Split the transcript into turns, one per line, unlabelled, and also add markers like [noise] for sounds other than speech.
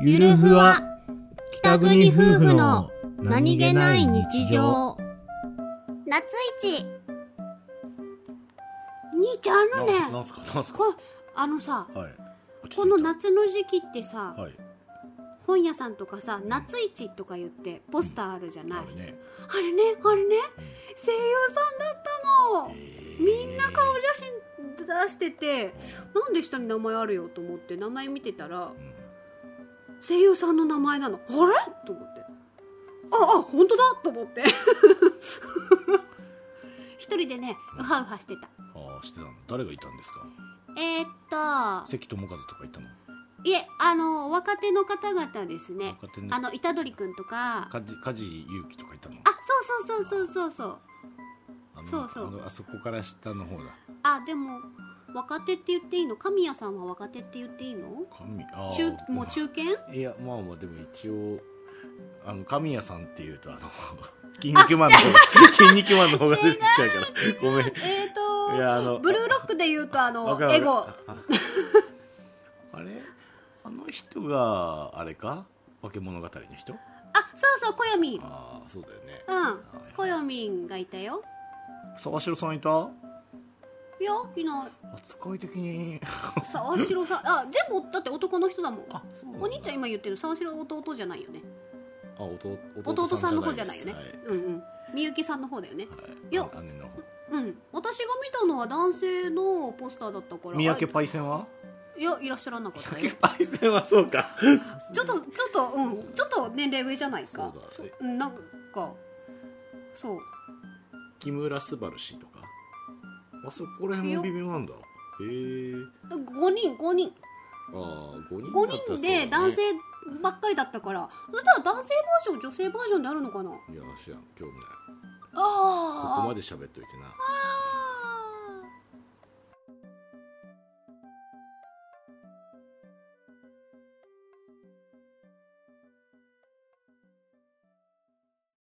ゆるふわ北国夫婦の
夏一兄ちゃんあのね
ななんすかなんすか
こあのさ
はい
この夏の時期ってさ、
はい
本屋さんとかさ夏市とか言ってポスターあるじゃない、
あれね
あれねあれね声優さんだったの、みんな顔写真出しててなんで下に名前あるよと思って名前見てたら
うん
声優さんの名前なのあれと思ってああ本当だと思って [laughs] 一人でねうはうはしてた
ああしてたの誰がいたんですか
えー、っと
関智一とかいたの
いえあの若手の方々ですね
若手ね
あの虎杖君とか
梶梶裕貴とかいたの
あそうそうそうそうそうそう
あの
そうそう
あのあそこから下の方だ
あでも若手って言っていいの神谷さんは若手って言っていいの
神あー
中もう中堅
いやまあまあでも一応あの神谷さんっていうとあの [laughs] 筋肉マンの方が筋肉マンの方が出てきちゃうからごめん
えっ、
いやあの
とブルーロックで言うとあ
わ
の
かる
エゴ
わかるあれあの人があれか化け物語の人
あそうそうこよみんうん
ああそうだよね
こよみんがいたよ
沢城さんいた
いやいない
扱い的に
沢城
[laughs]
さんあ全部だって男の人だもん
あそうなんだ
お兄ちゃん今言ってる沢城は弟じゃないよね
あ弟
弟さんの方じゃない
です
よね、
はい
うんうんみゆきさんの方だよね
はい
いや
姉の方
うん私が見たのは男性のポスターだったから
三宅パイセンはい
やいらっしゃらなかった
三
よ
宅パイセンはそうか
ちょっとちょっとうんちょっと年齢上じゃないか
そうだね
うんなんかそう
木村昴氏とかあそこら辺も微妙なんだへえ
5人5人
ああ5人だった
5
ら
人
そうだね
で男性ばっかりだったからそしたら男性バージョン女性バージョンであるのかない
や知らん興味ないここ
あ
ま
あ
で喋っといてな